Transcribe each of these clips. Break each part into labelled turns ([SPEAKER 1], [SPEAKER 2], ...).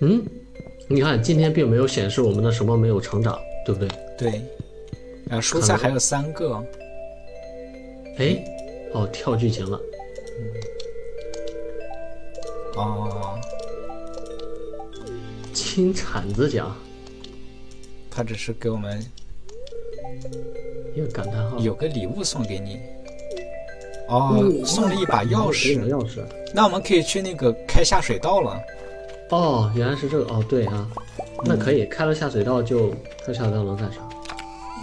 [SPEAKER 1] 嗯，你看今天并没有显示我们的什么没有成长，对不对？
[SPEAKER 2] 对，啊，蔬菜还有三个，
[SPEAKER 1] 哎，哦，跳剧情了。
[SPEAKER 2] 哦，
[SPEAKER 1] 亲铲子奖，
[SPEAKER 2] 他只是给我们
[SPEAKER 1] 一个感叹号，
[SPEAKER 2] 有个礼物送给你，哦，
[SPEAKER 1] 嗯
[SPEAKER 2] 送了一把钥
[SPEAKER 1] 有
[SPEAKER 2] 匙，
[SPEAKER 1] 钥匙。
[SPEAKER 2] 那我们可以去那个开下水道了。
[SPEAKER 1] 哦，原来是这个。哦，对啊，那可以开了下水道就开下水道能干啥？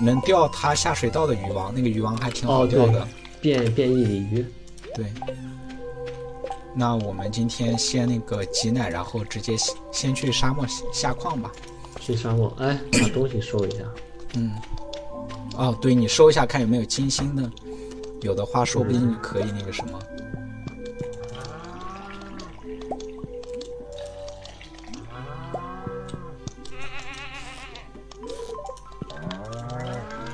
[SPEAKER 2] 能钓它下水道的鱼王，那个鱼王还挺好
[SPEAKER 1] 哦，对
[SPEAKER 2] 钓嗯的。，
[SPEAKER 1] 变变异鲤鱼。
[SPEAKER 2] 对。那我们今天先那个挤奶，然后直接先先去沙漠下矿吧。
[SPEAKER 1] 去沙漠，哎，把东西收一下。
[SPEAKER 2] 哦，对，你收一下看有没有金星的，有的话说不定你可以那个什么。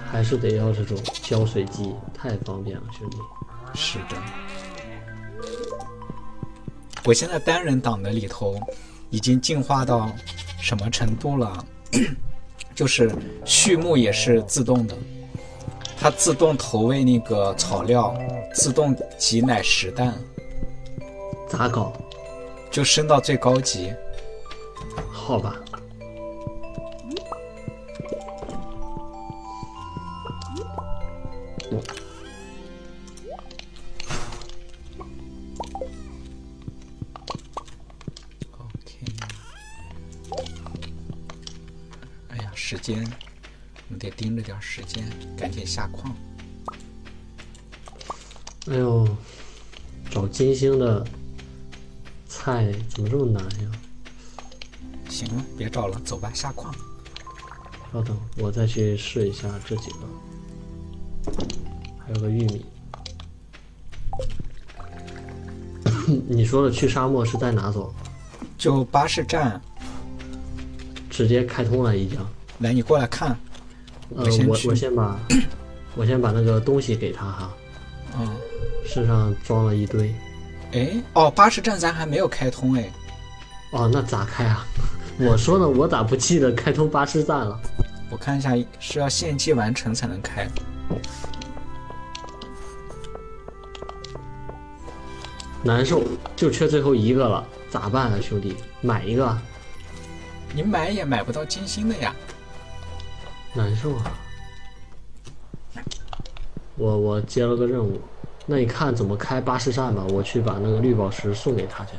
[SPEAKER 1] 还是得要这种浇水机，太方便了，兄弟。
[SPEAKER 2] 是的。我现在单人党的里头已经进化到什么程度了？ 就是畜牧也是自动的，它自动投喂那个草料，自动挤奶食蛋，
[SPEAKER 1] 咋搞？
[SPEAKER 2] 就升到最高级。
[SPEAKER 1] 好吧，
[SPEAKER 2] OK。哎呀，时间，我们得盯着点儿时间，赶紧下矿。
[SPEAKER 1] 哎呦，找金星的菜怎么这么难呀？
[SPEAKER 2] 行了，别找了，走吧，下矿。
[SPEAKER 1] 稍等，我再去试一下这几个，还有个玉米。你说的去沙漠是在哪走？
[SPEAKER 2] 就巴士站，
[SPEAKER 1] 直接开通了已经。
[SPEAKER 2] 来，你过来看。
[SPEAKER 1] 呃
[SPEAKER 2] 我，先
[SPEAKER 1] 我
[SPEAKER 2] 去
[SPEAKER 1] 我先把我先把那个东西给他哈，
[SPEAKER 2] 嗯，
[SPEAKER 1] 身上装了一堆。
[SPEAKER 2] 哎，哦，巴士站咱还没有开通哎。
[SPEAKER 1] 哦，那咋开啊？ 我说呢，我咋不记得开通巴士站了？
[SPEAKER 2] 我看一下，是要献祭完成才能开。
[SPEAKER 1] 难受，就缺最后一个了，咋办啊，兄弟？买一个，啊
[SPEAKER 2] 你买也买不到金星的呀。
[SPEAKER 1] 难受啊！我我接了个任务，那你看怎么开巴士站吧，我去把那个绿宝石送给他去。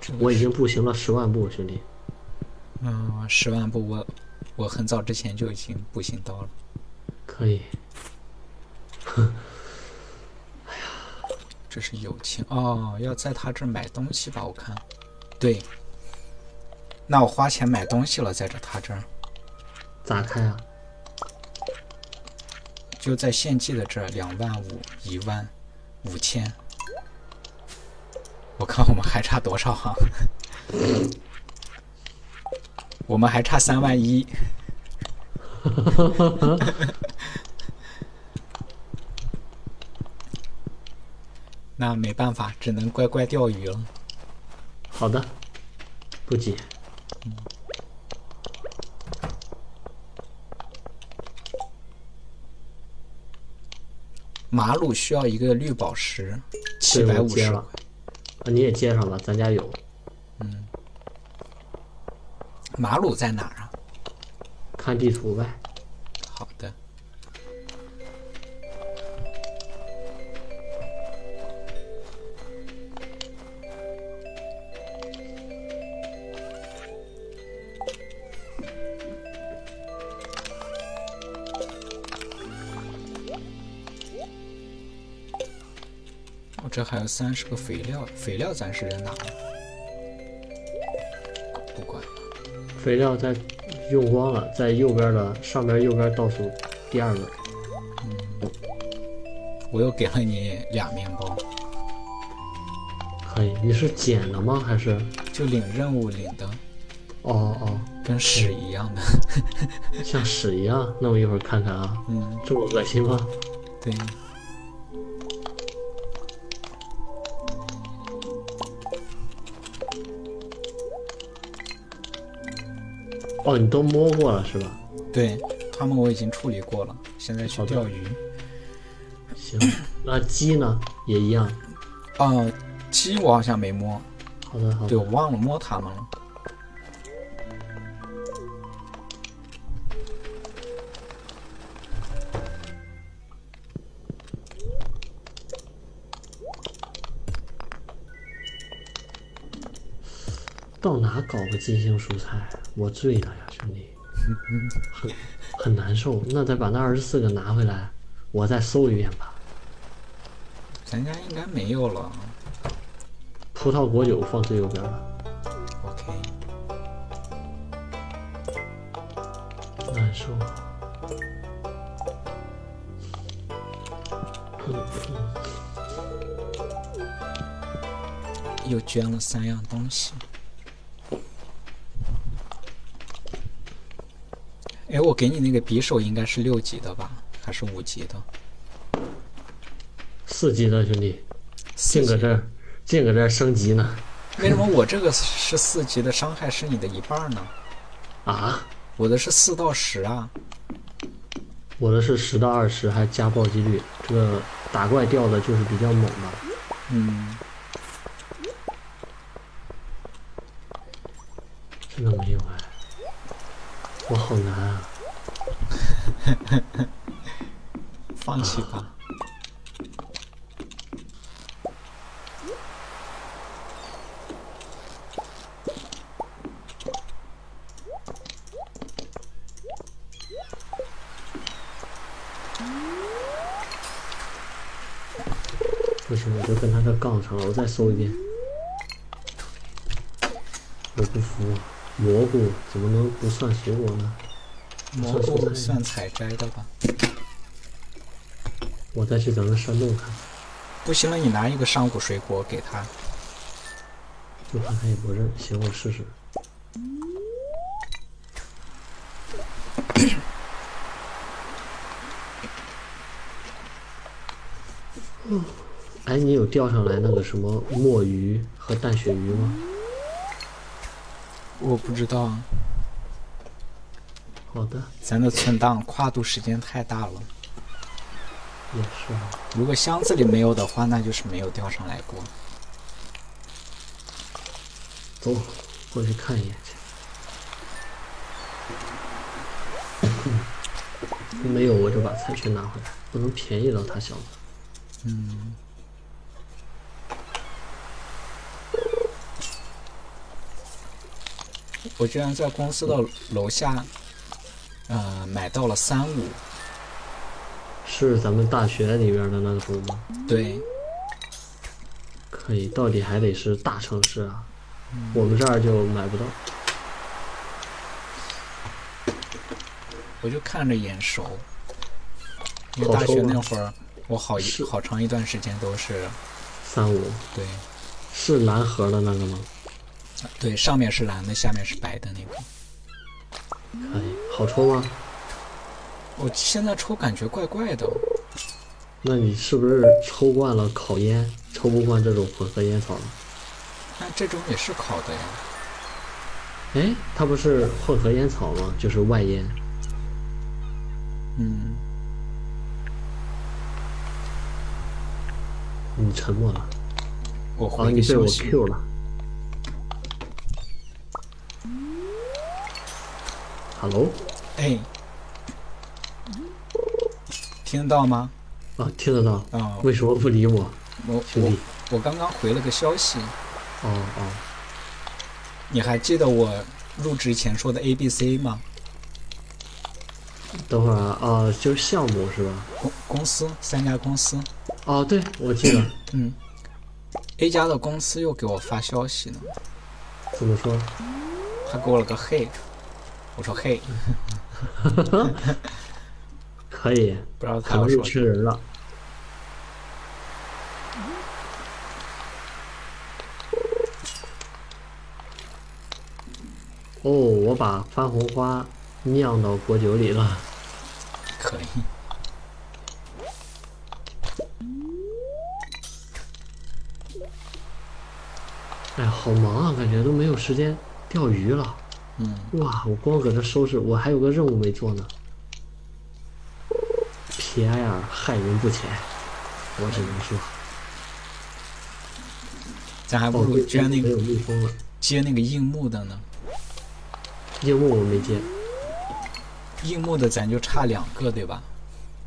[SPEAKER 2] 这个
[SPEAKER 1] 我已经步行了十万步，兄弟。
[SPEAKER 2] 嗯，十万步我我很早之前就已经步行到了。
[SPEAKER 1] 可以，
[SPEAKER 2] 这是友情哦，要在他这儿买东西吧？我看，对。那我花钱买东西了，在这他这儿
[SPEAKER 1] 咋开啊？
[SPEAKER 2] 就在献祭的这儿，两万五、一万、五千。我看我们还差多少啊？我们还差三万一。那没办法，只能乖乖钓鱼了。
[SPEAKER 1] 好的，不急。
[SPEAKER 2] 马鲁需要一个绿宝石，七
[SPEAKER 1] 对，
[SPEAKER 2] 百
[SPEAKER 1] 我
[SPEAKER 2] 五
[SPEAKER 1] 接
[SPEAKER 2] 十
[SPEAKER 1] 了。啊，你也接上了，咱家有。
[SPEAKER 2] 马鲁在哪儿啊？
[SPEAKER 1] 看地图呗。
[SPEAKER 2] 好的。我这还有三十个肥料，肥料咱是扔哪了？不管了，
[SPEAKER 1] 肥料在用光了，在右边的上边右边倒数第二个。
[SPEAKER 2] 我又给了你俩面包。
[SPEAKER 1] 可以，你是捡的吗？还是？
[SPEAKER 2] 就领任务领的，
[SPEAKER 1] 哦哦，
[SPEAKER 2] 跟屎一样 的。
[SPEAKER 1] 哦像屎一样。那我一会儿看看啊，
[SPEAKER 2] 嗯，
[SPEAKER 1] 这么恶心吗？
[SPEAKER 2] 对。
[SPEAKER 1] 哦，你都摸过了是吧？
[SPEAKER 2] 对他们我已经处理过了，现在去
[SPEAKER 1] 好的
[SPEAKER 2] 钓鱼。
[SPEAKER 1] 行，那鸡呢也一样。
[SPEAKER 2] 啊、鸡我好像没摸，
[SPEAKER 1] 好的，好
[SPEAKER 2] 对
[SPEAKER 1] 的。
[SPEAKER 2] 我忘了摸它们了。
[SPEAKER 1] 到哪搞个金星蔬菜？我醉了呀，兄弟，很很难受。那得把那二十四个拿回来，我再搜一遍吧。
[SPEAKER 2] 咱家应该没有了。
[SPEAKER 1] 葡萄果酒放最右边吧，
[SPEAKER 2] OK，
[SPEAKER 1] 难受啊。嗯
[SPEAKER 2] 又捐了三样东西。哎，我给你那个匕首应该是六级的吧，还是五级的？
[SPEAKER 1] 四级的兄弟，
[SPEAKER 2] 四
[SPEAKER 1] 净
[SPEAKER 2] 级
[SPEAKER 1] 搁这儿，净搁这儿升级呢。
[SPEAKER 2] 为什么我这个是四级的伤害是你的一半呢？
[SPEAKER 1] 啊，
[SPEAKER 2] 我的是四到十啊。
[SPEAKER 1] 我的是十到二十，还加暴击率，这个打怪掉的就是比较猛吧。
[SPEAKER 2] 嗯，
[SPEAKER 1] 真的没有哎，我好难啊！
[SPEAKER 2] 放弃吧。
[SPEAKER 1] 不行，我就跟他这杠上了，我再搜一遍。我不服，蘑菇怎么能不算水果呢？
[SPEAKER 2] 蘑菇算采摘的吧？
[SPEAKER 1] 我再去咱们山洞看，
[SPEAKER 2] 不行了，你拿一个上古水果给他。
[SPEAKER 1] 就怕他也不认。行，我试试。哎，你有钓上来那个什么墨鱼和淡水鱼吗？
[SPEAKER 2] 我不知道，啊，
[SPEAKER 1] 好的，
[SPEAKER 2] 咱的存档跨度时间太大了。
[SPEAKER 1] 也是啊。
[SPEAKER 2] 如果箱子里没有的话，那就是没有钓上来过。
[SPEAKER 1] 走，过去看一眼去。 没有，我就把菜全拿回来，不能便宜到他小子。
[SPEAKER 2] 嗯，我居然在公司的楼下，呃，买到了三五，
[SPEAKER 1] 是咱们大学里边的那种吗？
[SPEAKER 2] 对，
[SPEAKER 1] 可以，到底还得是大城市啊，
[SPEAKER 2] 嗯
[SPEAKER 1] 我们这儿就买不到。
[SPEAKER 2] 我就看着眼熟，因为
[SPEAKER 1] 好
[SPEAKER 2] 大
[SPEAKER 1] 抽
[SPEAKER 2] 学
[SPEAKER 1] 吗
[SPEAKER 2] 那会儿，我好一
[SPEAKER 1] 是
[SPEAKER 2] 好长一段时间都是
[SPEAKER 1] 三五
[SPEAKER 2] 对
[SPEAKER 1] 是蓝盒的那个吗？
[SPEAKER 2] 对，上面是蓝的，下面是白的那个。
[SPEAKER 1] 可以，哎好抽吗？
[SPEAKER 2] 我现在抽感觉怪怪的，哦
[SPEAKER 1] 那你是不是抽惯了烤烟，抽不惯这种混合烟草了？
[SPEAKER 2] 那这种也是烤的呀。
[SPEAKER 1] 哎，它不是混合烟草吗？就是外烟。
[SPEAKER 2] 嗯，
[SPEAKER 1] 你沉默了。
[SPEAKER 2] 我
[SPEAKER 1] 啊，
[SPEAKER 2] 回
[SPEAKER 1] 你
[SPEAKER 2] 个
[SPEAKER 1] 被我
[SPEAKER 2] 消息。
[SPEAKER 1] Q 了。Hello，
[SPEAKER 2] 哎，听得到吗？
[SPEAKER 1] 啊，听得到？
[SPEAKER 2] 啊、
[SPEAKER 1] 为什么不理我？
[SPEAKER 2] 我
[SPEAKER 1] 兄
[SPEAKER 2] 我
[SPEAKER 1] 弟
[SPEAKER 2] 我刚刚回了个消息，
[SPEAKER 1] 哦哦，
[SPEAKER 2] 你还记得我入职前说的 A B C 吗？
[SPEAKER 1] 等会儿啊，啊，就是项目是吧？
[SPEAKER 2] 公公司三家公司，
[SPEAKER 1] 哦，对，我记 得。
[SPEAKER 2] 嗯，A 家的公司又给我发消息呢，
[SPEAKER 1] 怎么说？
[SPEAKER 2] 他给我了个嘿，我说嘿，
[SPEAKER 1] 可以，
[SPEAKER 2] 不知道他
[SPEAKER 1] 可
[SPEAKER 2] 要
[SPEAKER 1] 能是
[SPEAKER 2] 说
[SPEAKER 1] 缺人了。哦，我把番红花酿到果酒里了。
[SPEAKER 2] 可以。
[SPEAKER 1] 哎，好忙啊，感觉都没有时间钓鱼了。
[SPEAKER 2] 嗯，
[SPEAKER 1] 哇，我光搁这收拾，我还有个任务没做呢。皮埃尔害人不浅，我只能说，
[SPEAKER 2] 咱还不
[SPEAKER 1] 宝
[SPEAKER 2] 如
[SPEAKER 1] 贵
[SPEAKER 2] 接那
[SPEAKER 1] 没有
[SPEAKER 2] 个
[SPEAKER 1] 蜜蜂了。
[SPEAKER 2] 接那个硬木的呢，
[SPEAKER 1] 夜幕我没接，
[SPEAKER 2] 硬木的咱就差两个对吧？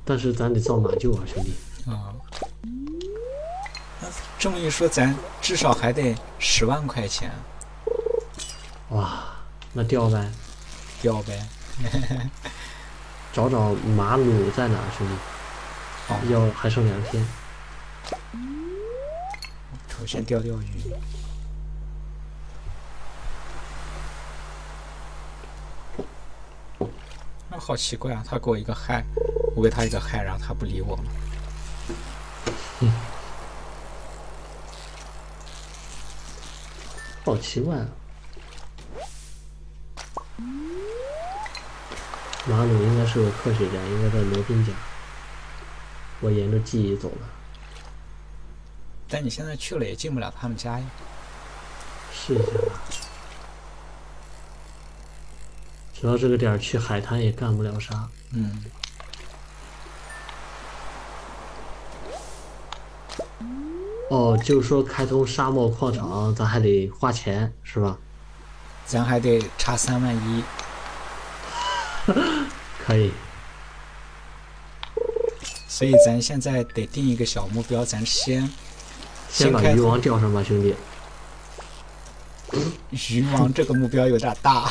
[SPEAKER 1] 但是咱得造马厩啊，兄弟。
[SPEAKER 2] 啊、那这么一说，咱至少还得十万块钱
[SPEAKER 1] 哇，那掉呗，
[SPEAKER 2] 掉呗。
[SPEAKER 1] 找找马努在哪儿，兄
[SPEAKER 2] 好
[SPEAKER 1] 弟。要还剩两天，
[SPEAKER 2] 我先钓钓鱼。那好奇怪啊！他给我一个嗨，我给他一个嗨，然后他不理我了。
[SPEAKER 1] 好奇怪啊。马努应该是个科学家，应该在罗宾家。我沿着记忆走了。
[SPEAKER 2] 但你现在去了也进不了他们家呀。
[SPEAKER 1] 试一下吧。直到这个点儿去海滩也干不了啥。
[SPEAKER 2] 嗯。
[SPEAKER 1] 哦，就是说开通沙漠矿场，咱还得花钱是吧？
[SPEAKER 2] 咱还得差三万一，
[SPEAKER 1] 可以，
[SPEAKER 2] 所以咱现在得定一个小目标，咱先
[SPEAKER 1] 先把
[SPEAKER 2] 开
[SPEAKER 1] 鱼
[SPEAKER 2] 通
[SPEAKER 1] 王钓上吧，兄弟。
[SPEAKER 2] 鱼王这个目标有点大。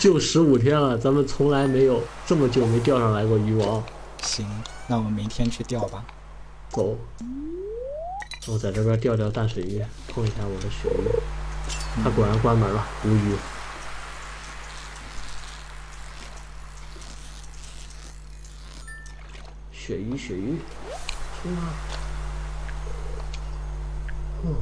[SPEAKER 1] 就十五天了，咱们从来没有这么久没钓上来过鱼王。
[SPEAKER 2] 行，那我们明天去钓吧。
[SPEAKER 1] 走，我在这边钓钓淡水鱼，碰一下我的鳕鱼。它果然关门了，无鱼。鳕鱼，鳕鱼，冲啊！嗯，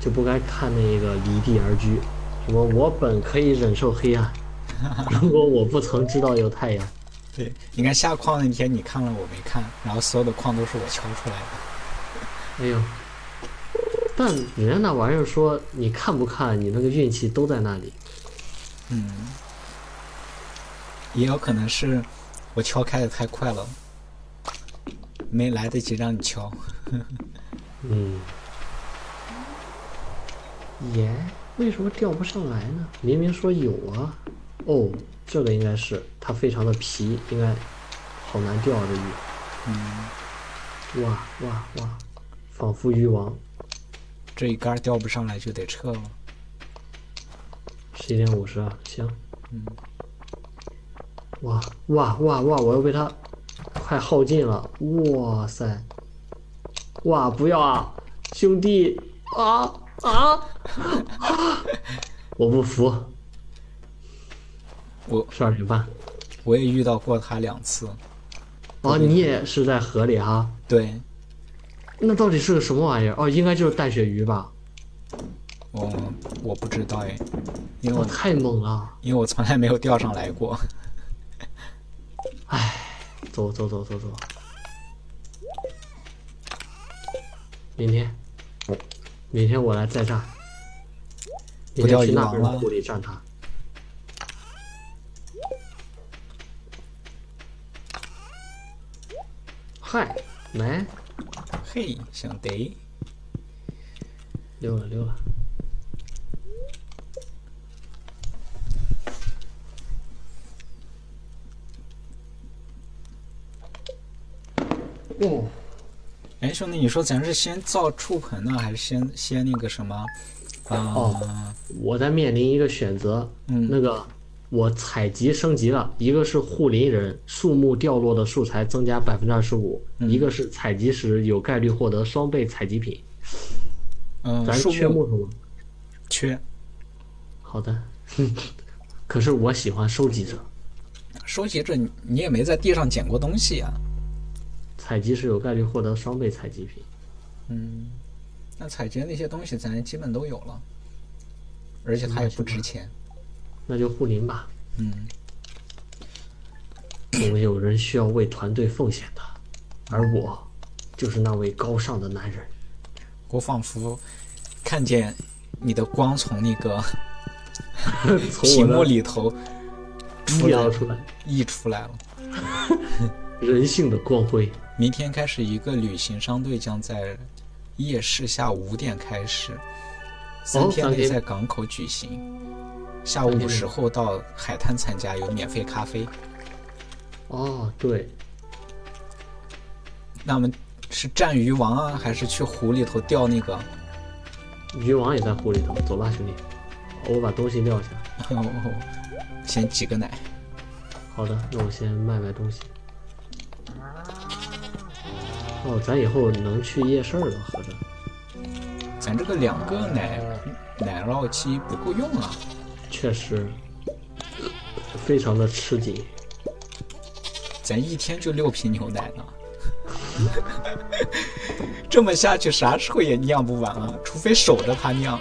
[SPEAKER 1] 就不该看那个离地而居，什么我本可以忍受黑暗，如果我不曾知道有太阳。
[SPEAKER 2] 对，你看下矿那天你看了我没看，然后所有的矿都是我敲出来的。
[SPEAKER 1] 哎呦，但人家那玩意儿说，你看不看，你那个运气都在那里。
[SPEAKER 2] 嗯，也有可能是我敲开的太快了，没来得及让你敲。
[SPEAKER 1] 嗯。耶，为什么钓不上来呢？明明说有啊。哦，这个应该是它非常的皮，应该好难钓啊这
[SPEAKER 2] 嗯，
[SPEAKER 1] 鱼。哇哇哇，仿佛鱼王。
[SPEAKER 2] 这一杆儿钓不上来就得撤了。
[SPEAKER 1] 十一点五十啊，行。
[SPEAKER 2] 嗯。
[SPEAKER 1] 哇哇哇哇！我又被它快耗尽了。哇塞！哇，不要啊，兄弟啊啊啊！我不服。
[SPEAKER 2] 我
[SPEAKER 1] 十二点半。
[SPEAKER 2] 我也遇到过他两次，
[SPEAKER 1] 哦，你也是在河里哈、
[SPEAKER 2] 对，
[SPEAKER 1] 那到底是个什么玩意儿？哦，应该就是带鳕鱼吧？
[SPEAKER 2] 我我不知道哎，因为
[SPEAKER 1] 哇，
[SPEAKER 2] 我
[SPEAKER 1] 太猛了！
[SPEAKER 2] 因为我从来没有钓上来过。
[SPEAKER 1] 走走走走走。明天，
[SPEAKER 2] 哦
[SPEAKER 1] 明天我来再战。明
[SPEAKER 2] 不钓
[SPEAKER 1] 天去
[SPEAKER 2] 鱼
[SPEAKER 1] 那
[SPEAKER 2] 王
[SPEAKER 1] 边
[SPEAKER 2] 了
[SPEAKER 1] 库里战他。嗨，没
[SPEAKER 2] 嘿，兄弟，
[SPEAKER 1] 溜了溜了。哦，
[SPEAKER 2] 哎兄弟，你说咱是先造触盆呢，还是先先那个什么？啊、
[SPEAKER 1] 哦我在面临一个选择，
[SPEAKER 2] 嗯
[SPEAKER 1] 那个我采集升级了，一个是护林人，树木掉落的素材增加百分之二十五，
[SPEAKER 2] 嗯
[SPEAKER 1] 一个是采集时有概率获得双倍采集品。
[SPEAKER 2] 嗯、
[SPEAKER 1] 咱
[SPEAKER 2] 树
[SPEAKER 1] 缺
[SPEAKER 2] 木
[SPEAKER 1] 木头吗？
[SPEAKER 2] 缺
[SPEAKER 1] 好的， 可是我喜欢收集者，
[SPEAKER 2] 收集者，你你也没在地上捡过东西啊呀、
[SPEAKER 1] 采集时有概率获得双倍采集品。
[SPEAKER 2] 嗯，那采集的那些东西咱基本都有了，而且它也不值钱。
[SPEAKER 1] 那就护林吧，
[SPEAKER 2] 嗯，
[SPEAKER 1] 总有人需要为团队奉献 的，而我就是那位高尚的男人。
[SPEAKER 2] 我仿佛看见你的光从那个
[SPEAKER 1] 从
[SPEAKER 2] 屏幕
[SPEAKER 1] 我的
[SPEAKER 2] 里头出来
[SPEAKER 1] 摇出来，
[SPEAKER 2] 溢出来了。
[SPEAKER 1] 人性的光辉。
[SPEAKER 2] 明天开始，一个旅行商队将在夜市下午五点开始，三天
[SPEAKER 1] 哦三
[SPEAKER 2] 内
[SPEAKER 1] 天
[SPEAKER 2] 在港口举行。下午
[SPEAKER 1] 三
[SPEAKER 2] 五
[SPEAKER 1] 天内
[SPEAKER 2] 时后到海滩参加，有免费咖啡。
[SPEAKER 1] 哦，对，
[SPEAKER 2] 那我们是站鱼王啊，还是去湖里头钓那个？
[SPEAKER 1] 渔网也在湖里头。走吧，兄弟，我把东西撂下。
[SPEAKER 2] 先挤个奶。
[SPEAKER 1] 好的，那我先卖卖东西。哦，咱以后能去夜市了，合着。
[SPEAKER 2] 咱这个两个奶奶酪机不够用啊。
[SPEAKER 1] 确实，非常的吃紧。
[SPEAKER 2] 咱一天就六瓶牛奶呢。 这么下去，啥时候也酿不完啊，除非守着它酿。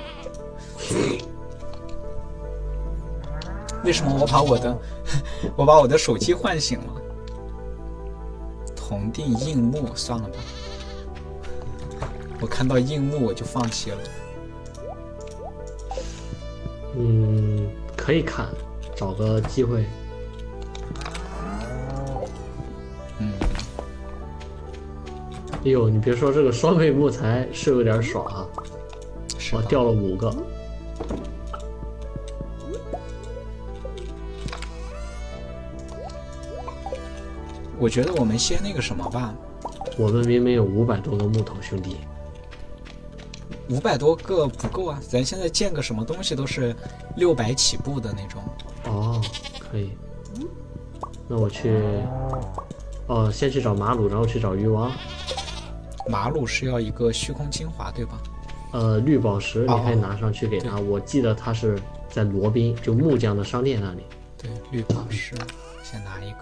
[SPEAKER 2] 为什么我把我的 我把我的手机唤醒了？同定硬木，算了吧。我看到硬木我就放弃了。
[SPEAKER 1] 嗯，可以看，找个机会。
[SPEAKER 2] 嗯，
[SPEAKER 1] 哎呦，你别说，这个双倍木材是有点爽啊！
[SPEAKER 2] 是
[SPEAKER 1] 我
[SPEAKER 2] 的。
[SPEAKER 1] 掉了五个。
[SPEAKER 2] 我觉得我们先那个什么吧，
[SPEAKER 1] 我们明明有五百多个木头，兄弟。
[SPEAKER 2] 五百多个不够啊，咱现在建个什么东西都是六百起步的那种。
[SPEAKER 1] 哦，可以。那我去，哦，先去找马鲁，然后去找鱼王。
[SPEAKER 2] 马鲁是要一个虚空精华，对吧？
[SPEAKER 1] 呃，绿宝石
[SPEAKER 2] 哦
[SPEAKER 1] 你可以拿上去给他。我记得他是在罗宾，就木匠的商店那里。
[SPEAKER 2] 对，绿宝石，先拿一个。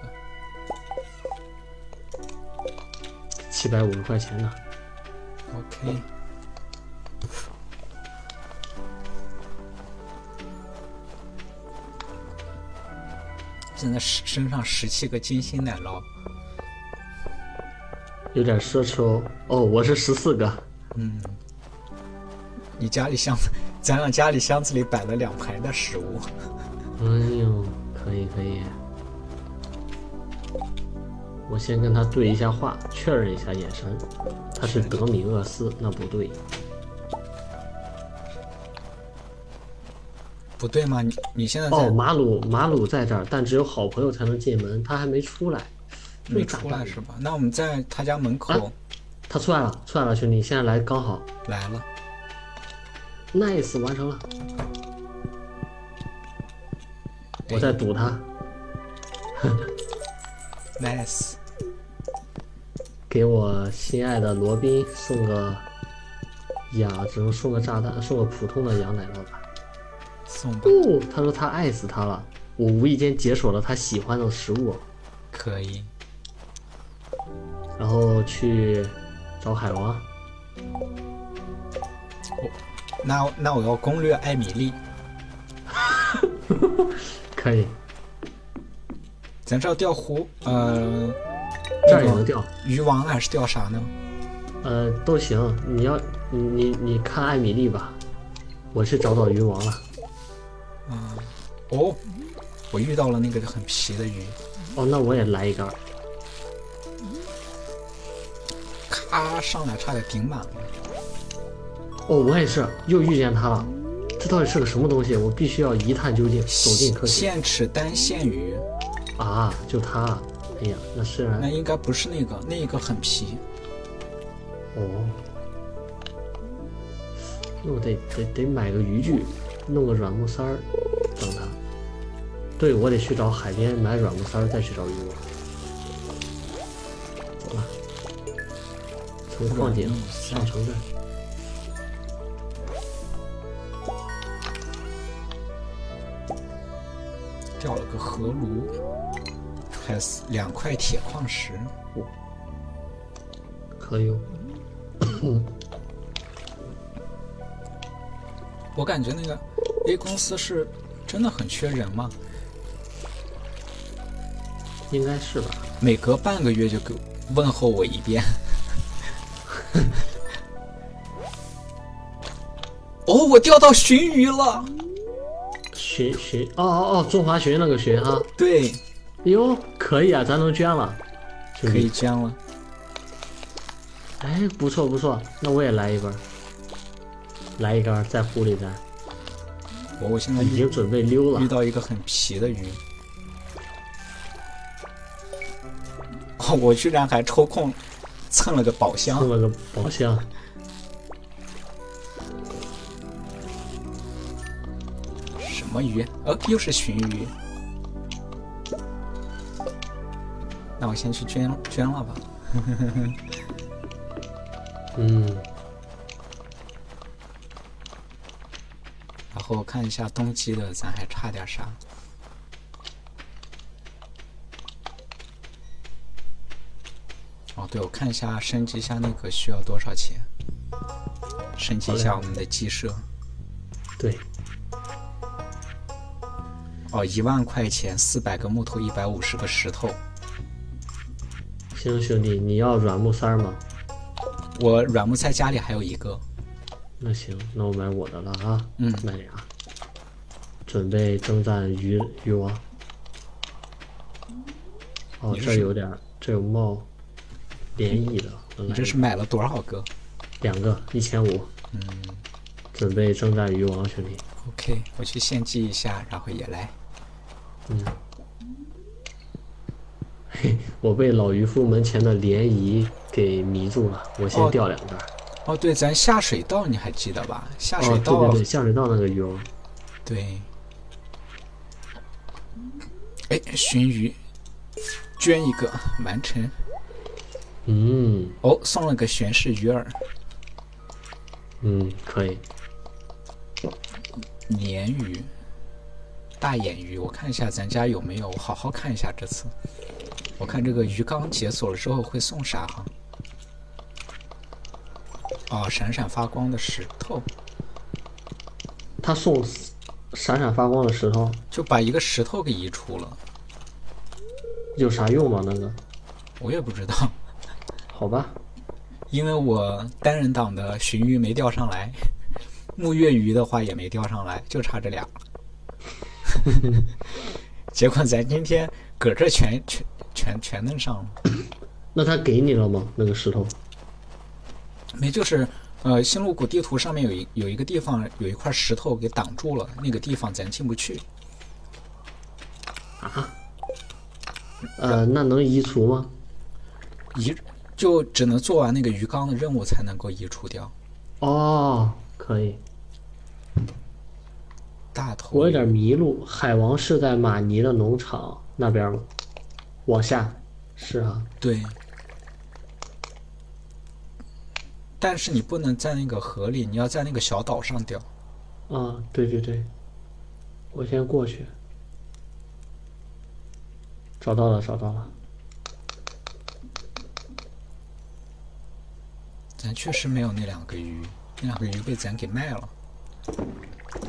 [SPEAKER 1] 七百五十块钱呢。
[SPEAKER 2] OK。现在身身上十七个金星奶酪，
[SPEAKER 1] 有点奢侈哦。哦，我是十四个。
[SPEAKER 2] 你家里箱子， 咱俩家里箱子里摆了两排的食物。
[SPEAKER 1] 哎呦，可以可以。我先跟他对一下话，确认一下眼神。他是德米厄斯，那不对。
[SPEAKER 2] 不对吗？你你现在在、
[SPEAKER 1] 哦，马鲁马鲁在这儿，但只有好朋友才能进门，他还没出来。
[SPEAKER 2] 没出来是吧？那我们在他家门
[SPEAKER 1] 啊
[SPEAKER 2] 口
[SPEAKER 1] 他出来了，出来了，兄弟，现在来刚好
[SPEAKER 2] 来了。
[SPEAKER 1] ，nice 完成了。我在堵他，
[SPEAKER 2] Nice，
[SPEAKER 1] 给我心爱的罗宾送个呀，只能送个炸弹，送个普通的羊奶酪吧。
[SPEAKER 2] 送吧，
[SPEAKER 1] 哦，他说他爱死他了，我无意间解锁了他喜欢的食物，
[SPEAKER 2] 可以。
[SPEAKER 1] 然后去找海王。
[SPEAKER 2] 那那我要攻略艾米丽。
[SPEAKER 1] 可以，
[SPEAKER 2] 咱这要钓湖，呃，
[SPEAKER 1] 这儿也能钓，
[SPEAKER 2] 鱼王还是钓啥呢？
[SPEAKER 1] 呃，都行。你要你你你看艾米丽吧，我去找找鱼王了。
[SPEAKER 2] 哦，我遇到了那个很皮的鱼，
[SPEAKER 1] 哦，那我也来一杆。
[SPEAKER 2] 咔上来差点顶满了。
[SPEAKER 1] 哦，我也是，又遇见他了。这到底是个什么东西？我必须要一探究竟，走进科学
[SPEAKER 2] 线齿单线鱼，
[SPEAKER 1] 啊！就他啊，哎呀，那虽然
[SPEAKER 2] 那应该不是那个，那个很皮。
[SPEAKER 1] 哦，那我得得得买个渔具，弄个软木塞儿等他。对，我得去找海边买软木塞儿，再去找渔网。走了，从矿井
[SPEAKER 2] 软木塞
[SPEAKER 1] 上城镇。
[SPEAKER 2] 钓了个河鲈，还有四两块铁矿石。
[SPEAKER 1] 可以哦，
[SPEAKER 2] 我感觉那个 A 公司是真的很缺人吗？
[SPEAKER 1] 应该是吧？
[SPEAKER 2] 每隔半个月就给问候我一遍。 哦，我钓到鲟鱼了。
[SPEAKER 1] 学学哦哦哦，中华学院那个学哈，
[SPEAKER 2] 对，
[SPEAKER 1] 哎呦，可以啊，咱都捐了，兄
[SPEAKER 2] 可以
[SPEAKER 1] 弟，
[SPEAKER 2] 这样了。
[SPEAKER 1] 哎，不错不错，那我也来一根儿，来一根儿在湖里咱
[SPEAKER 2] 我我现在
[SPEAKER 1] 已
[SPEAKER 2] 遇
[SPEAKER 1] 经准备溜了
[SPEAKER 2] 遇，到一个很皮的鱼。哦，我居然还抽空蹭了个宝箱
[SPEAKER 1] 送。了个啊宝箱，
[SPEAKER 2] 什么鱼？呃、又是鲟鱼。那我先去捐捐了吧。
[SPEAKER 1] 嗯，
[SPEAKER 2] 然后看一下冬季的，咱还差点啥？哦，对，我看一下升级一下那个需要多少钱？升级一下我们的鸡舍。
[SPEAKER 1] 对，
[SPEAKER 2] 哦，一万块钱，四百个木头，一百五十个石头。
[SPEAKER 1] 行兄弟，你要软木塞儿吗？
[SPEAKER 2] 我软木塞家里还有一个。
[SPEAKER 1] 那行，那我买我的了啊，
[SPEAKER 2] 嗯
[SPEAKER 1] 买俩，准备征战鱼鱼王。哦，
[SPEAKER 2] 你这
[SPEAKER 1] 这
[SPEAKER 2] 是
[SPEAKER 1] 有点儿，这有冒涟漪的，我
[SPEAKER 2] 你
[SPEAKER 1] 来
[SPEAKER 2] 这是买了多少个
[SPEAKER 1] 两个一千五，
[SPEAKER 2] 嗯，
[SPEAKER 1] 准备征战鱼王兄弟。
[SPEAKER 2] ？OK，我去献祭一下，然后也来。
[SPEAKER 1] 嗯，嘿，我被老渔夫门前的涟漪给迷住了，我先
[SPEAKER 2] 哦
[SPEAKER 1] 钓两根儿。
[SPEAKER 2] 哦，对，咱下水道你还记得吧？下水
[SPEAKER 1] 哦，
[SPEAKER 2] 道、
[SPEAKER 1] 对对对，下水道那个鱼王，
[SPEAKER 2] 对。哎，鲟鱼，捐一个，完成。
[SPEAKER 1] 嗯
[SPEAKER 2] 哦，送了个玄氏鱼饵，
[SPEAKER 1] 嗯，可以，
[SPEAKER 2] 鲶鱼，大眼鱼。我看一下咱家有没有，我好好看一下这次。我看这个鱼缸解锁了之后会送啥哈？哦，闪闪发光的石头，
[SPEAKER 1] 他送闪闪发光的石头。
[SPEAKER 2] 就把一个石头给移除了，
[SPEAKER 1] 有啥用吗？那个？
[SPEAKER 2] 我也不知道。
[SPEAKER 1] 好吧，
[SPEAKER 2] 因为我单人党的鲟鱼没钓上来，木月鱼的话也没钓上来，就差这俩了。 结果咱今天搁这全全全全弄上了，
[SPEAKER 1] 那他给你了吗？那个石头？
[SPEAKER 2] 没就是呃星露谷地图上面有一有一个地方有一块石头给挡住了，那个地方咱进不去。
[SPEAKER 1] 呃，那能移除吗？
[SPEAKER 2] 移就只能做完那个鱼缸的任务才能够移除掉。
[SPEAKER 1] 哦，可以。
[SPEAKER 2] 大头，
[SPEAKER 1] 我有点迷路，海王是在马尼的农场那边吗？往下，是啊。
[SPEAKER 2] 对，但是你不能在那个河里，你要在那个小岛上钓。
[SPEAKER 1] 啊，对对对，我先过去。找到了，找到了。
[SPEAKER 2] 咱确实没有那两个鱼，那两个鱼被咱给卖了。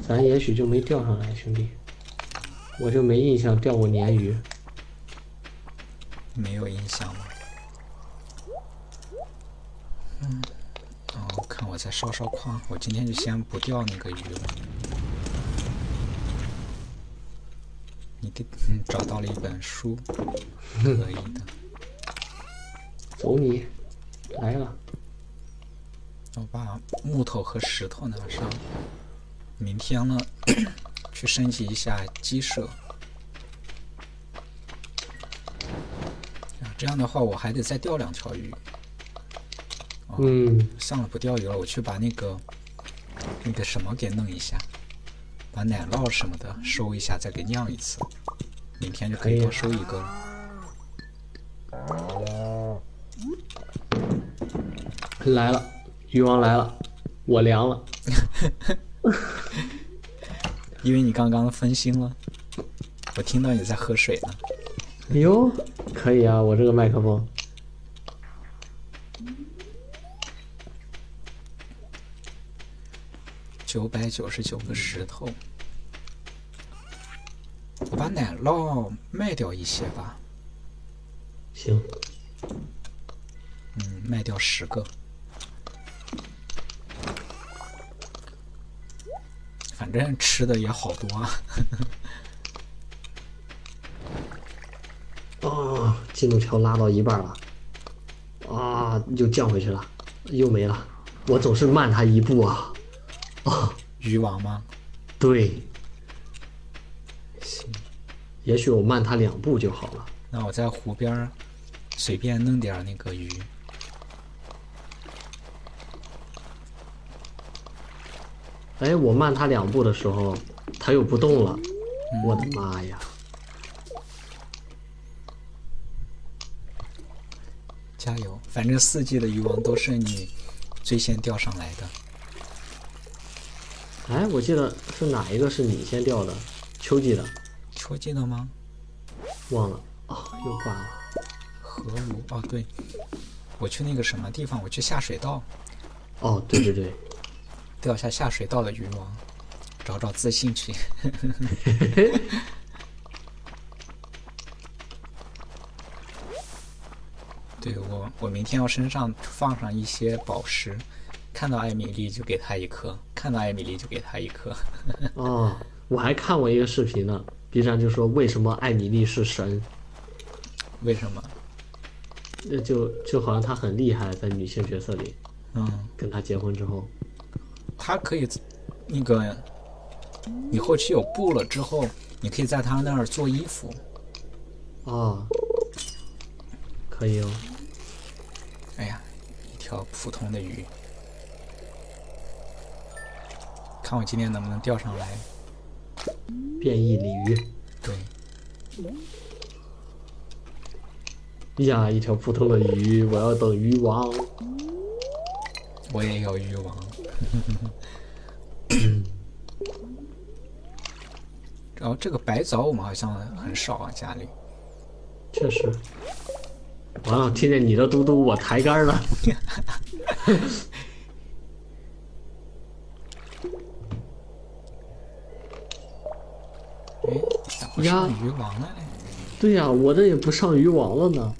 [SPEAKER 1] 咱也许就没钓上来，兄弟。我就没印象钓过鲶鱼。
[SPEAKER 2] 没有印象吗？嗯，哦，看我在烧烧矿，我今天就先不钓那个鱼了。你得、嗯、找到了一本书，可以的。
[SPEAKER 1] 走你，来了。
[SPEAKER 2] 我把木头和石头拿上。明天呢，去升级一下鸡舍。啊这样的话，我还得再钓两条鱼。
[SPEAKER 1] 嗯，
[SPEAKER 2] 算了，不钓鱼了，我去把那个那个什么给弄一下，把奶酪什么的收一下，再给酿一次。明天就可
[SPEAKER 1] 可
[SPEAKER 2] 以啊
[SPEAKER 1] 以
[SPEAKER 2] 多收一个了。
[SPEAKER 1] 来了，鱼王来了，我凉了。
[SPEAKER 2] 因为你刚刚分心了，我听到你在喝水呢。
[SPEAKER 1] 哎呦，可以啊，我这个麦克风。
[SPEAKER 2] 九百九十九个石头。我把奶酪卖掉一些吧，
[SPEAKER 1] 行，
[SPEAKER 2] 嗯，卖掉十个。反正吃的也好多啊。
[SPEAKER 1] 哦，进度条拉到一半了，啊，又降回去了，又没了。我总是慢他一步啊。啊，
[SPEAKER 2] 鱼王吗？
[SPEAKER 1] 对，
[SPEAKER 2] 行，
[SPEAKER 1] 也许我慢他两步就好了。
[SPEAKER 2] 那我在湖边儿随便弄点儿那个鱼。
[SPEAKER 1] 哎，我慢他两步的时候，他又不动了。我的妈呀！
[SPEAKER 2] 加油！反正四季的渔王都是你最先钓上来的。
[SPEAKER 1] 哎，我记得是哪一个是你先钓的？秋季的，
[SPEAKER 2] 秋季的吗？
[SPEAKER 1] 忘了啊，又挂了。
[SPEAKER 2] 河鲈哦，对，我去那个什么地方，我去下水道
[SPEAKER 1] 哦，对对对，
[SPEAKER 2] 钓一下下水道的渔王，找找自信去。 对我，我明天要身上放上一些宝石，看到艾米丽就给她一颗，看到艾米丽就给她一颗。
[SPEAKER 1] 哦，我还看过一个视频呢，B 站就说为什么艾米丽是神，
[SPEAKER 2] 为什么？
[SPEAKER 1] 那就就好像她很厉害，在女性角色里，
[SPEAKER 2] 嗯，
[SPEAKER 1] 跟她结婚之后，
[SPEAKER 2] 它可以那个，你后期有布了之后，你可以在它那儿做衣服。
[SPEAKER 1] 哦，可以哦，
[SPEAKER 2] 哎呀，一条普通的鱼，看我今天能不能钓上来。
[SPEAKER 1] 变异鲤
[SPEAKER 2] 对，
[SPEAKER 1] 鱼呀，一条普通的鱼，我要等鱼王。
[SPEAKER 2] 我也有渔 网。然后哦这个白藻我们好像很少啊，家里。
[SPEAKER 1] 确实，完了，听见你的嘟嘟，我抬杆了。
[SPEAKER 2] 哎，咋会
[SPEAKER 1] 呀
[SPEAKER 2] 上渔网了嘞？
[SPEAKER 1] 对呀、我这也不上渔网了呢，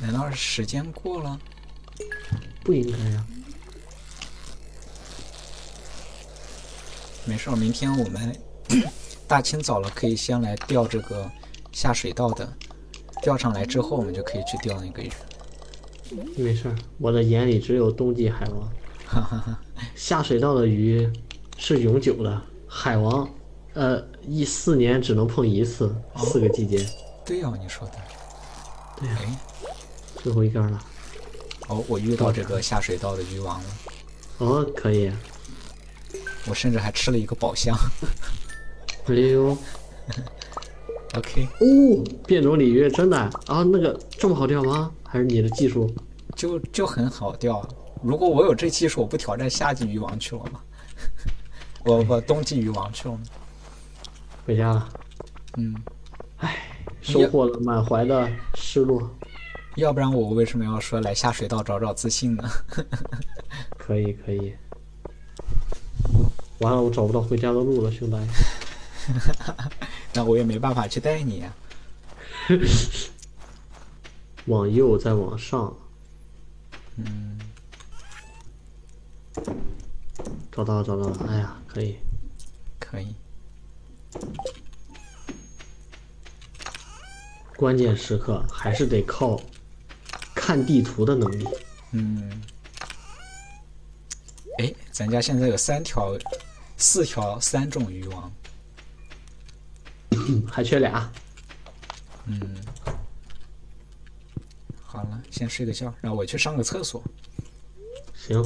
[SPEAKER 2] 难道是时间过了？
[SPEAKER 1] 不应该呀、
[SPEAKER 2] 没事儿，明天我们 大清早了，可以先来钓这个下水道的，钓上来之后，我们就可以去钓那个鱼。
[SPEAKER 1] 没事儿，我的眼里只有冬季海王。
[SPEAKER 2] 哈哈哈，
[SPEAKER 1] 下水道的鱼是永久的，海王，呃，一四年只能碰一次，四个季节，
[SPEAKER 2] 对哦，你说的。
[SPEAKER 1] 对呀
[SPEAKER 2] 哎，
[SPEAKER 1] 最后一杆了。
[SPEAKER 2] 哦，我遇到这个下水道的渔王了，
[SPEAKER 1] 哦，可以。
[SPEAKER 2] 我甚至还吃了一个宝箱。
[SPEAKER 1] 哎呦，哦，
[SPEAKER 2] OK，
[SPEAKER 1] 变种鲤鱼真的啊，那个这么好钓吗？还是你的技术？
[SPEAKER 2] 就就很好钓啊。如果我有这技术，我不挑战夏季渔王去了吗？ 我我冬季渔王去了吗。
[SPEAKER 1] 回家了，
[SPEAKER 2] 嗯，
[SPEAKER 1] 收获了满怀的失落。
[SPEAKER 2] 要不然我为什么要说来下水道找找自信呢？
[SPEAKER 1] 可以，可以。完了，我找不到回家的路了，兄弟。
[SPEAKER 2] 那我也没办法去带你啊呀、
[SPEAKER 1] 往右，再往上。嗯。找到了，找到了。哎呀，可以。
[SPEAKER 2] 可以。
[SPEAKER 1] 关键时刻还是得靠看地图的能力。
[SPEAKER 2] 嗯，哎，咱家现在有三条、四条、三种渔网。
[SPEAKER 1] 嗯，还缺俩。
[SPEAKER 2] 嗯，好了，先睡个觉，让我去上个厕所。
[SPEAKER 1] 行，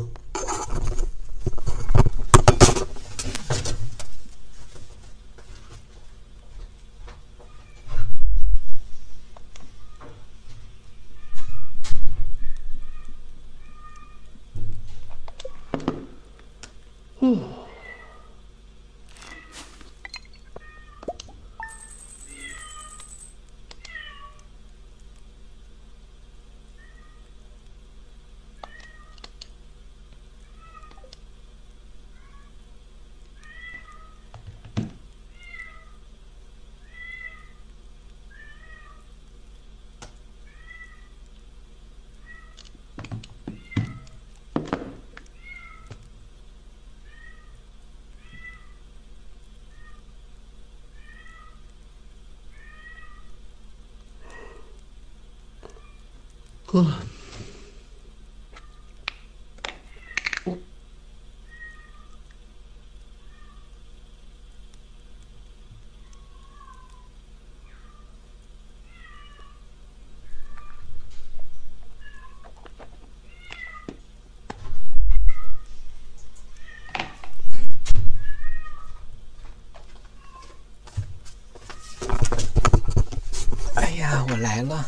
[SPEAKER 1] 喝了。
[SPEAKER 2] 哎呀，我来了！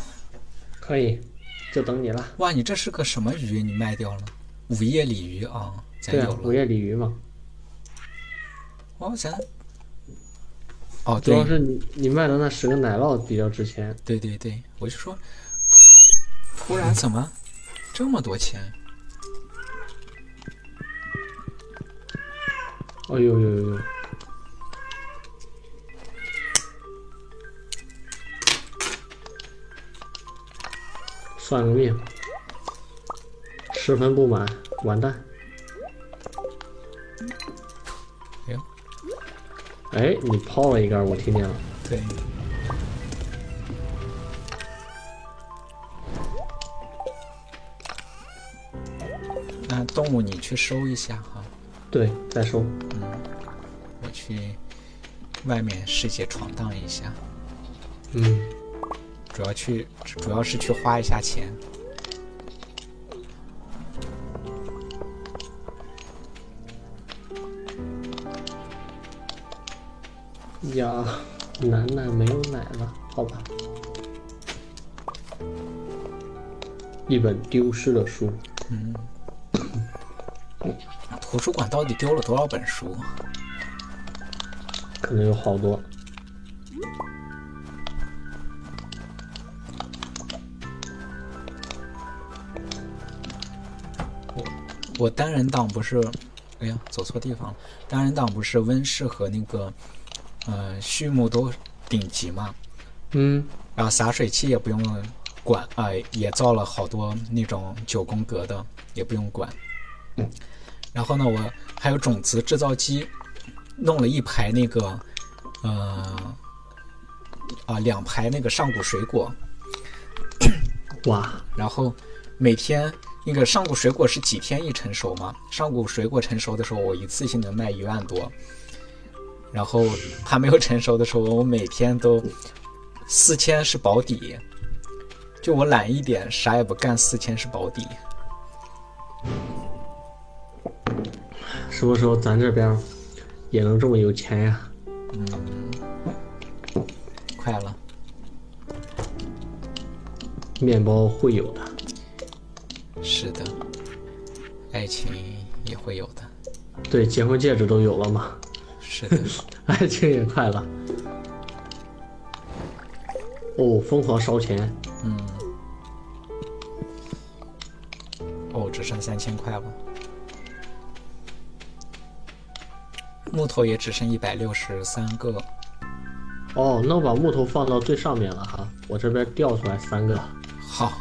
[SPEAKER 1] 可以，就等你了。
[SPEAKER 2] 哇，你这是个什么鱼？你卖掉了？午夜鲤鱼啊，咱
[SPEAKER 1] 对
[SPEAKER 2] 有
[SPEAKER 1] 啊，午
[SPEAKER 2] 了。
[SPEAKER 1] 夜鲤鱼嘛，
[SPEAKER 2] 哦，咱哦，
[SPEAKER 1] 主要
[SPEAKER 2] 对
[SPEAKER 1] 是你你卖的那十个奶酪比较值钱。
[SPEAKER 2] 对对对，我就说，突突然怎么这么多钱？
[SPEAKER 1] 哎呦呦呦呦！算个命，十分不满，完蛋。
[SPEAKER 2] 哎呦，
[SPEAKER 1] 哎，你抛了一杆儿，我听见了。
[SPEAKER 2] 对，那动物你去收一下哈、
[SPEAKER 1] 对，再收。
[SPEAKER 2] 我去外面世界闯荡一下，
[SPEAKER 1] 嗯，
[SPEAKER 2] 主要去主要是去花一下钱。
[SPEAKER 1] 呀，楠楠没有奶了，好吧。一本丢失的书，
[SPEAKER 2] 图书馆到底丢了多少本书？
[SPEAKER 1] 可能有好多。
[SPEAKER 2] 我单人党不是，哎呀，走错地方了。单人党不是温室和那个呃畜牧都顶级嘛，
[SPEAKER 1] 嗯，
[SPEAKER 2] 然后洒水器也不用管啊、也造了好多那种九宫格的，也不用管。然后呢，我还有种子制造机，弄了一排那个，呃，啊、两排那个上古水果，
[SPEAKER 1] 哇，
[SPEAKER 2] 然后每天那个上古水果是几天一成熟嘛？上古水果成熟的时候，我一次性能卖一万多，然后它没有成熟的时候，我每天都四千是保底，就我懒一点，啥也不干，四千是保底。
[SPEAKER 1] 什么时候咱这边儿也能这么有钱呀？
[SPEAKER 2] 快了，
[SPEAKER 1] 面包会有的。
[SPEAKER 2] 是的，爱情也会有的，
[SPEAKER 1] 对，结婚戒指都有了嘛，
[SPEAKER 2] 是的，
[SPEAKER 1] 爱情也快了。哦，疯狂烧钱，
[SPEAKER 2] 哦，只剩三千块了。木头也只剩一百六十三个，
[SPEAKER 1] 哦，那我把木头放到最上面了哈，我这边掉出来三个。
[SPEAKER 2] 好，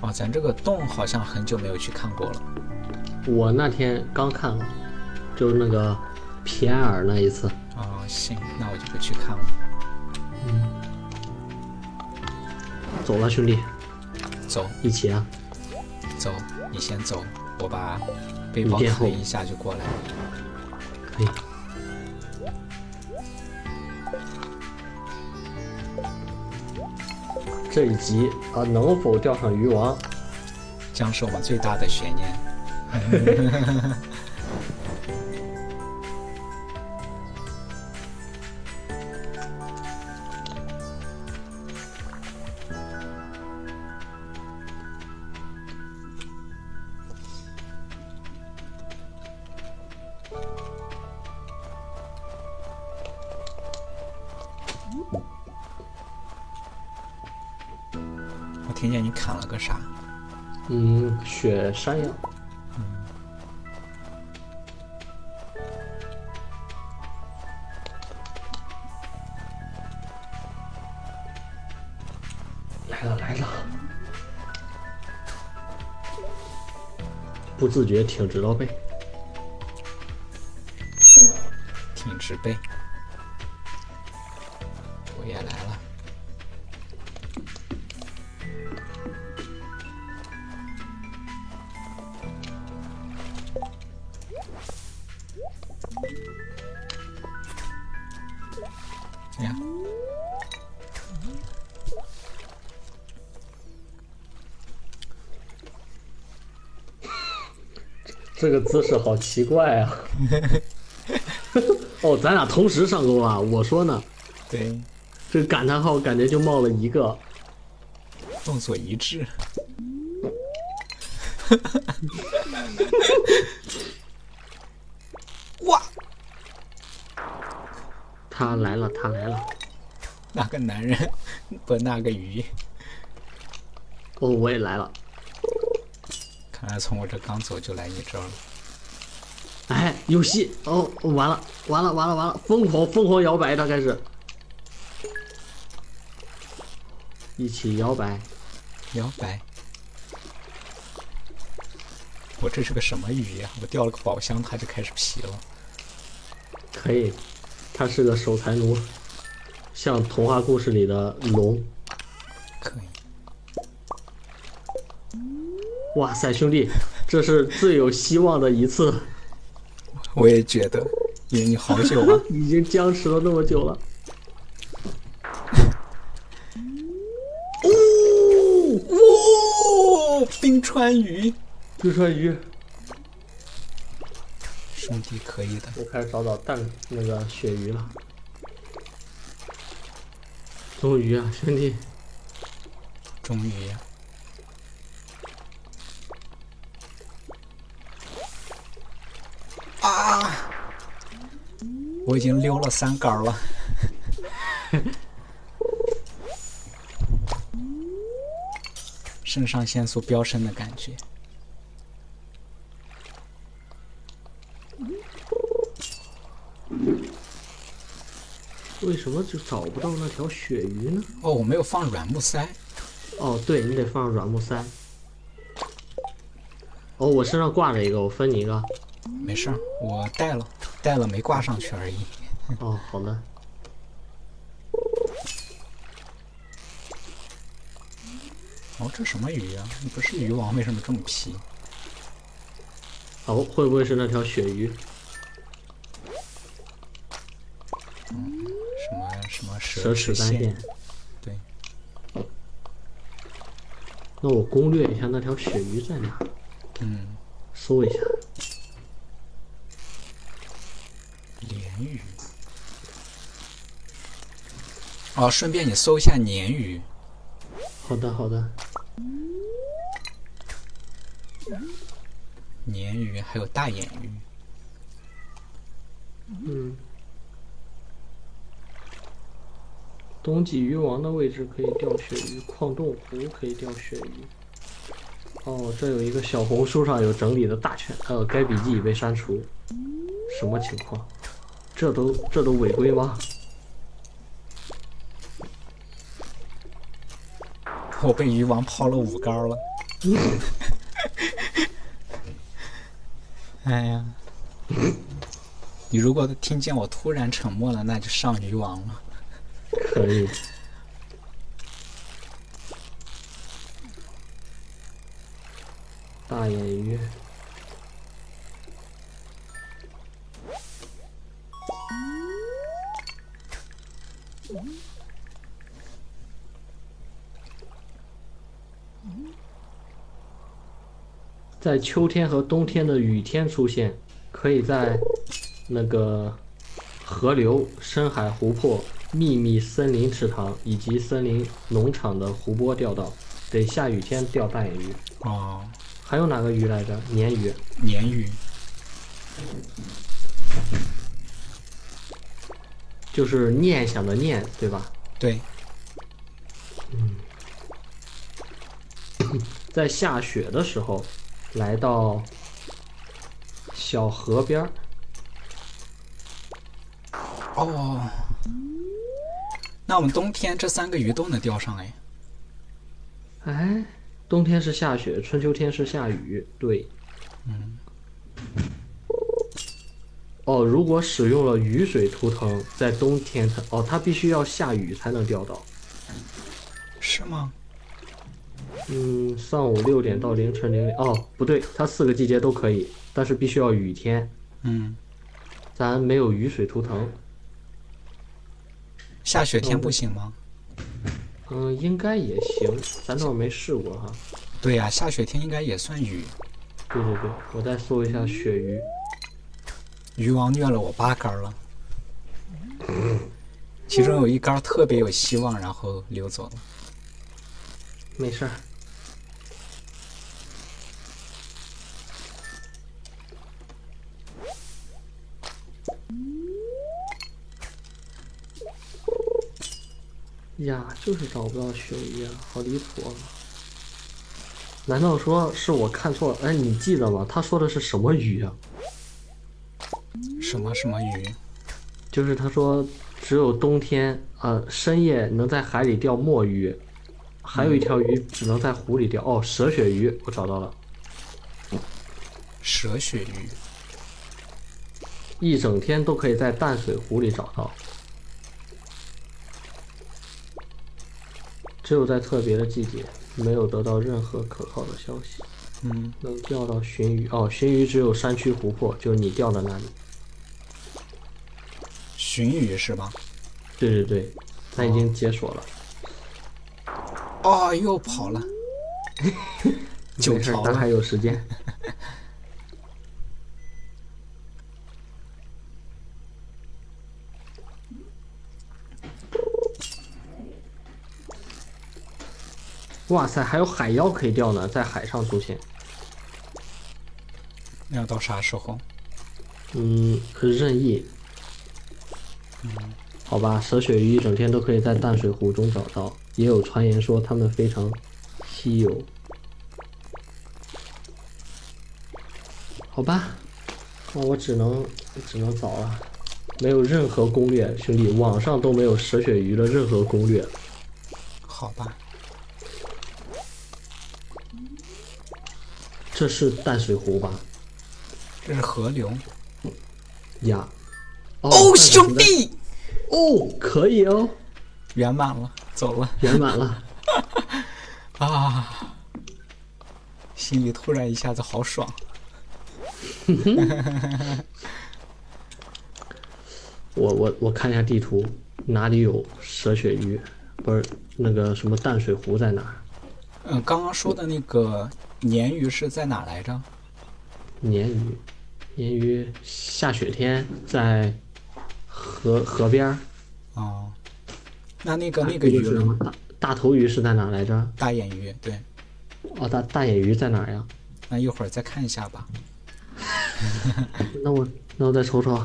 [SPEAKER 2] 哦，咱这个洞好像很久没有去看过了。
[SPEAKER 1] 我那天刚看了，就是那个皮埃尔那一次。
[SPEAKER 2] 哦，行，那我就不去看了。
[SPEAKER 1] 走了，兄弟，
[SPEAKER 2] 走
[SPEAKER 1] 一起啊！
[SPEAKER 2] 走，你先走，我把背
[SPEAKER 1] 你
[SPEAKER 2] 包
[SPEAKER 1] 垫后
[SPEAKER 2] 抬一下就过来。
[SPEAKER 1] 可以。这一集啊，能否钓上鱼王？
[SPEAKER 2] 将是我们最大的悬念。我听见你砍了个啥？
[SPEAKER 1] 嗯，雪山羊。来了来了，不自觉挺直了背。
[SPEAKER 2] 挺直背。我也来了。哎呀，
[SPEAKER 1] 这个姿势好奇怪啊！ 哦，咱俩同时上钩了，我说呢，
[SPEAKER 2] 对，
[SPEAKER 1] 这感叹号感觉就冒了一个。
[SPEAKER 2] 动作一致。哇，
[SPEAKER 1] 他来了，他来了！
[SPEAKER 2] 那个男人 不那个鱼，
[SPEAKER 1] 哦，我也来了。
[SPEAKER 2] 看来从我这刚走就来一招了。
[SPEAKER 1] 哎，有戏！哦，完了，完了，完了，完了！疯狂疯狂摇摆，他开始一起摇摆。
[SPEAKER 2] 摇摆。我这是个什么鱼呀、我掉了个宝箱，它就开始皮了。
[SPEAKER 1] 可以，他是个守财奴，像童话故事里的龙。
[SPEAKER 2] 可以，
[SPEAKER 1] 哇塞，兄弟，这是最有希望的一次，
[SPEAKER 2] 我也觉得，因为你好久啊，
[SPEAKER 1] 已经僵持了那么久了。
[SPEAKER 2] 哦，冰川鱼，
[SPEAKER 1] 冰川鱼，
[SPEAKER 2] 兄弟可以的。
[SPEAKER 1] 我开始找找蛋那个鳕鱼了。终于啊，兄弟，
[SPEAKER 2] 终于，啊！我已经溜了三杆了。肾上腺素飙升的感觉，
[SPEAKER 1] 为什么就找不到那条鳕鱼呢？
[SPEAKER 2] 哦，我没有放软木塞，
[SPEAKER 1] 哦，对你得放上软木塞。哦，我身上挂着一个，我分你一个。
[SPEAKER 2] 没事儿，我带了，带了没挂上去而已。
[SPEAKER 1] 哦，好的。
[SPEAKER 2] 哦，这什么鱼啊？你不是鱼王，为什么这么皮？
[SPEAKER 1] 哦，会不会是那条鳕鱼？
[SPEAKER 2] 什么什么
[SPEAKER 1] 蛇
[SPEAKER 2] 蛇
[SPEAKER 1] 齿
[SPEAKER 2] 齿
[SPEAKER 1] 斑
[SPEAKER 2] 线
[SPEAKER 1] 线？。
[SPEAKER 2] 对，
[SPEAKER 1] 那我攻略一下那条鳕鱼在哪，
[SPEAKER 2] 嗯，
[SPEAKER 1] 搜一下。
[SPEAKER 2] 鲢鱼。哦，顺便你搜一下鲶鱼，
[SPEAKER 1] 好的，好的。
[SPEAKER 2] 鲶鱼还有大眼鱼。
[SPEAKER 1] 嗯，冬季鱼王的位置可以钓鳕鱼，矿洞湖可以钓鳕鱼。哦，这有一个小红书上有整理的大全，呃，该笔记已被删除，什么情况？这都这都违规吗？
[SPEAKER 2] 我被鱼王抛了五杆了。 哎呀，你如果听见我突然沉默了，那就上鱼王了。
[SPEAKER 1] 可以。大眼鱼，在秋天和冬天的雨天出现，可以在那个河流、深海、湖泊、秘密森林池塘以及森林农场的湖泊钓到，得下雨天钓大眼鱼。
[SPEAKER 2] 哦，
[SPEAKER 1] 还有哪个鱼来着？鲶鱼。
[SPEAKER 2] 鲶鱼，
[SPEAKER 1] 就是念想的念，对吧？
[SPEAKER 2] 对，
[SPEAKER 1] 在下雪的时候，来到小河边儿，
[SPEAKER 2] 哦，那我们冬天这三个鱼都能钓上哎。
[SPEAKER 1] 哎，冬天是下雪，春秋天是下雨，对，嗯。哦，如果使用了雨水图腾，在冬天它哦，它必须要下雨才能钓到。
[SPEAKER 2] 是吗？
[SPEAKER 1] 嗯，上午六点到凌晨零点哦，不对，它四个季节都可以，但是必须要雨天。
[SPEAKER 2] 嗯，
[SPEAKER 1] 咱没有雨水图腾，
[SPEAKER 2] 下雪天不行吗？
[SPEAKER 1] 嗯，应该也行，咱倒没试过哈。
[SPEAKER 2] 对呀、下雪天应该也算雨。
[SPEAKER 1] 对对对，我再搜一下鳕鱼。
[SPEAKER 2] 鱼王虐了我八杆儿了，其中有一杆儿特别有希望，然后溜走了。
[SPEAKER 1] 没事儿。呀，就是找不到雪鱼啊，好离谱啊！难道说是我看错了？哎，你记得吗？他说的是什么鱼啊？
[SPEAKER 2] 什么什么鱼？
[SPEAKER 1] 就是他说只有冬天，呃，深夜能在海里钓墨鱼，还有一条鱼只能在湖里钓。哦，蛇血鱼，我找到了，
[SPEAKER 2] 蛇血鱼。
[SPEAKER 1] 一整天都可以在淡水湖里找到，只有在特别的季节，没有得到任何可靠的消息，
[SPEAKER 2] 嗯，
[SPEAKER 1] 能钓到鲟鱼。哦，鲟鱼只有山区湖泊，就是你钓的那里。
[SPEAKER 2] 鲟鱼是吧？
[SPEAKER 1] 对对对，它已经解锁了。
[SPEAKER 2] 哦，又 跑了。九
[SPEAKER 1] 没事
[SPEAKER 2] 条
[SPEAKER 1] 咱还
[SPEAKER 2] 了。
[SPEAKER 1] 有时间。哇塞，还有海妖可以钓呢，在海上出现。
[SPEAKER 2] 那要到啥时候？
[SPEAKER 1] 嗯，任意。好吧，蛇血鱼一整天都可以在淡水湖中找到，也有传言说它们非常稀有。好吧，那我只能只能找了，没有任何攻略，兄弟，网上都没有蛇血鱼的任何攻略。
[SPEAKER 2] 好吧。
[SPEAKER 1] 这是淡水湖吧？
[SPEAKER 2] 这是河流。
[SPEAKER 1] 呀，哦
[SPEAKER 2] 哦，
[SPEAKER 1] 淡水湖
[SPEAKER 2] 兄
[SPEAKER 1] 在
[SPEAKER 2] 弟，
[SPEAKER 1] 哦，可以哦，
[SPEAKER 2] 圆满了，走了
[SPEAKER 1] 圆满了。
[SPEAKER 2] 啊！心里突然一下子好爽。
[SPEAKER 1] 我我我看一下地图，哪里有蛇血鱼？不是那个什么淡水湖在哪儿？
[SPEAKER 2] 嗯，刚刚说的那个鲶鱼是在哪来着？
[SPEAKER 1] 鲶鱼，鲶鱼下雪天在河河边儿。
[SPEAKER 2] 哦，那那个那个鱼
[SPEAKER 1] 是什
[SPEAKER 2] 呢
[SPEAKER 1] 么？大大头鱼是在哪儿来着？
[SPEAKER 2] 大眼鱼，对，
[SPEAKER 1] 哦，大大眼鱼在哪儿呀？
[SPEAKER 2] 那一会儿再看一下吧。
[SPEAKER 1] 那我那我再瞅瞅。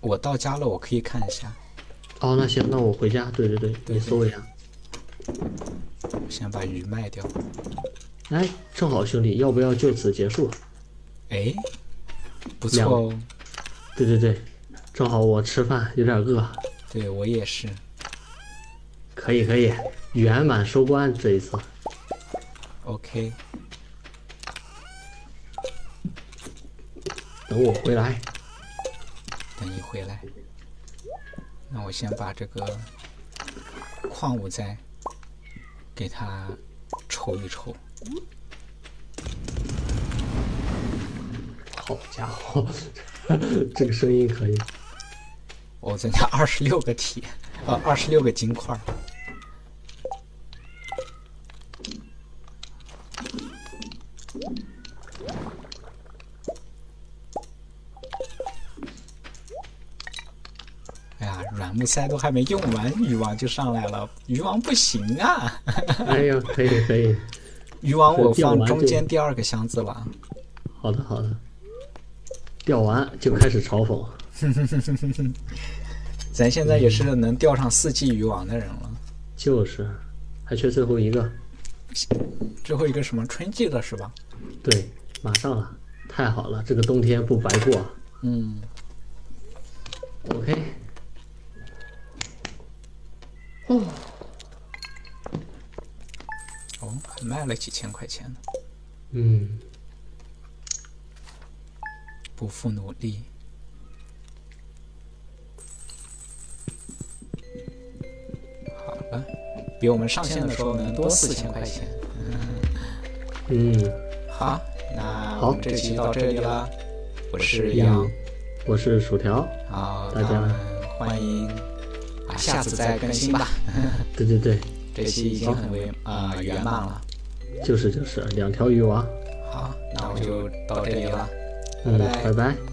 [SPEAKER 2] 我到家了，我可以看一下。
[SPEAKER 1] 哦，那行，那我回家。对对对，
[SPEAKER 2] 对
[SPEAKER 1] 你搜一下。
[SPEAKER 2] 先把鱼卖掉。
[SPEAKER 1] 哎，正好兄弟，要不要就此结束？
[SPEAKER 2] 哎，不错
[SPEAKER 1] 两
[SPEAKER 2] 哦。
[SPEAKER 1] 对对对，正好我吃饭有点饿，
[SPEAKER 2] 对我也是。
[SPEAKER 1] 可以可以，圆满收官这一次。
[SPEAKER 2] OK，
[SPEAKER 1] 等我回来。
[SPEAKER 2] 等你回来。那我先把这个矿物再给它抽一抽。
[SPEAKER 1] 好家伙，这 个声音可以。
[SPEAKER 2] 我增加二十六个铁，呃，二十六个金块儿。哎呀，软木塞都还没用完，鱼王就上来了。鱼王不行啊！
[SPEAKER 1] 哎呀，可以可以，
[SPEAKER 2] 鱼王，我
[SPEAKER 1] 钓
[SPEAKER 2] 放
[SPEAKER 1] 完
[SPEAKER 2] 中
[SPEAKER 1] 这
[SPEAKER 2] 间第二个箱子了。
[SPEAKER 1] 好的好的。钓完就开始嘲讽，
[SPEAKER 2] 咱现在也是能钓上四季鱼王的人了。
[SPEAKER 1] 就是，还缺最后一个。
[SPEAKER 2] 最后一个什么春季了是吧？
[SPEAKER 1] 对，马上了，太好了，这个冬天不白过。
[SPEAKER 2] 嗯。
[SPEAKER 1] OK。哦，
[SPEAKER 2] 哦，还嗯卖了几千块钱呢，
[SPEAKER 1] 嗯，
[SPEAKER 2] 不负努力。好了，比我们上线的时候能多四千块钱。
[SPEAKER 1] 嗯，
[SPEAKER 2] 好，那
[SPEAKER 1] 好
[SPEAKER 2] 我们这期到这里啦。我是杨
[SPEAKER 1] 嗯，我是薯条。
[SPEAKER 2] 好，
[SPEAKER 1] 大家
[SPEAKER 2] 咱们欢迎啊，下次再更新吧。
[SPEAKER 1] 对对对，
[SPEAKER 2] 这期已经很为啊、圆满了。
[SPEAKER 1] 就是就是两条鱼娃。
[SPEAKER 2] 好，那我就到这里了。
[SPEAKER 1] 嗯，
[SPEAKER 2] 拜拜
[SPEAKER 1] 拜拜